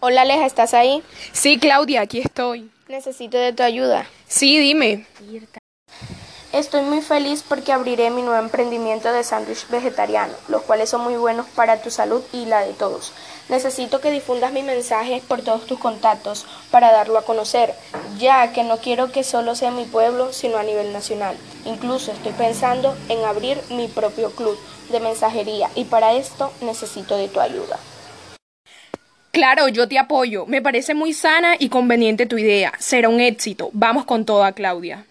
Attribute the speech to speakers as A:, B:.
A: Hola Aleja, ¿estás ahí?
B: Sí, Claudia, aquí estoy.
A: Necesito de tu ayuda.
B: Sí, dime.
A: Estoy muy feliz porque abriré mi nuevo emprendimiento de sándwich vegetariano, los cuales son muy buenos para tu salud y la de todos. Necesito que difundas mi mensaje por todos tus contactos para darlo a conocer, ya que no quiero que solo sea mi pueblo, sino a nivel nacional. Incluso estoy pensando en abrir mi propio club de mensajería y para esto necesito de tu ayuda.
B: Claro, yo te apoyo. Me parece muy sana y conveniente tu idea. Será un éxito. Vamos con toda, Claudia.